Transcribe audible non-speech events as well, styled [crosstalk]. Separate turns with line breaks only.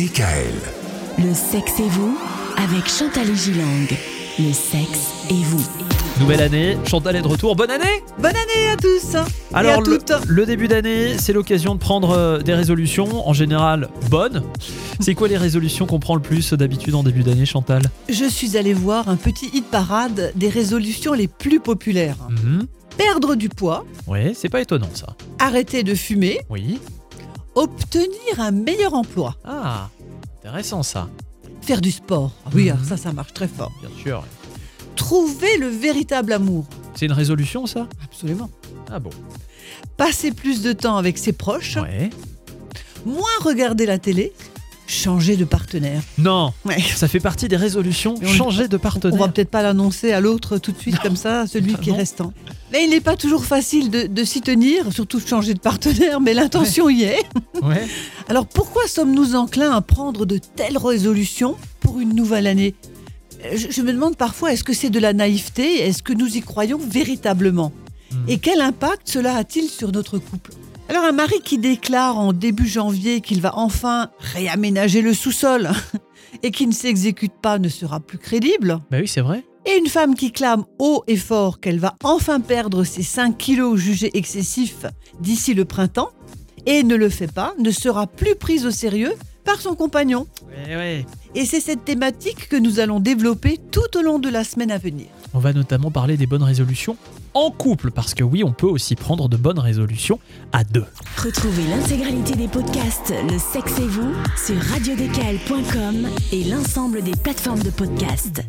DKL.
Le sexe et vous avec Chantal et Gilang. Le sexe et vous.
Nouvelle année, Chantal est de retour. Bonne année
Bonne année à tous
Alors,
à
le,
toutes.
le début d'année, c'est l'occasion de prendre euh, des résolutions, en général bonnes. C'est quoi les résolutions qu'on prend le plus euh, d'habitude en début d'année, Chantal
Je suis allée voir un petit hit parade des résolutions les plus populaires.
Mhm.
Perdre du poids,
Oui, c'est pas étonnant ça.
arrêter de fumer,
Oui.
obtenir un meilleur emploi,
Ah, intéressant ça,
faire du sport. Ah Oui,
Mhm.
alors ça, ça marche très fort.
bien sûr.
Trouver le véritable amour.
C'est une résolution ça
Absolument.
Ah bon
Passer plus de temps avec ses proches,
Ouais.
moins regarder la télé, changer de partenaire.
Non,
Ouais.
ça fait partie des résolutions,
Mais on-
changer de
On va
partenaire.
peut-être pas l'annoncer à l'autre tout de suite comme ça, à celui
Ah
qui est
non.
restant. Mais il n'est pas toujours facile de, de s'y tenir, surtout de changer de partenaire, mais l'intention y est.
Ouais.
Alors pourquoi sommes-nous enclins à prendre de telles résolutions pour une nouvelle année Euh, je, je me demande parfois, est-ce que c'est de la naïveté Est-ce que nous y croyons véritablement
Hmm.
Et quel impact cela a-t-il sur notre couple Alors un mari qui déclare en début janvier qu'il va enfin réaménager le sous-sol [laughs] et qui ne s'exécute pas ne sera plus crédible.
Bah oui, c'est vrai.
Et une femme qui clame haut et fort qu'elle va enfin perdre ses 5 kilos jugés excessifs d'ici le printemps, et ne le fait pas, ne sera plus prise au sérieux par son compagnon.
Ouais, ouais.
Et c'est cette thématique que nous allons développer tout au long de la semaine à venir.
On va notamment parler des bonnes résolutions en couple, parce que oui, on peut aussi prendre de bonnes résolutions à deux.
Retrouvez l'intégralité des podcasts Le sexe et vous sur radiodécal.com et l'ensemble des plateformes de podcasts.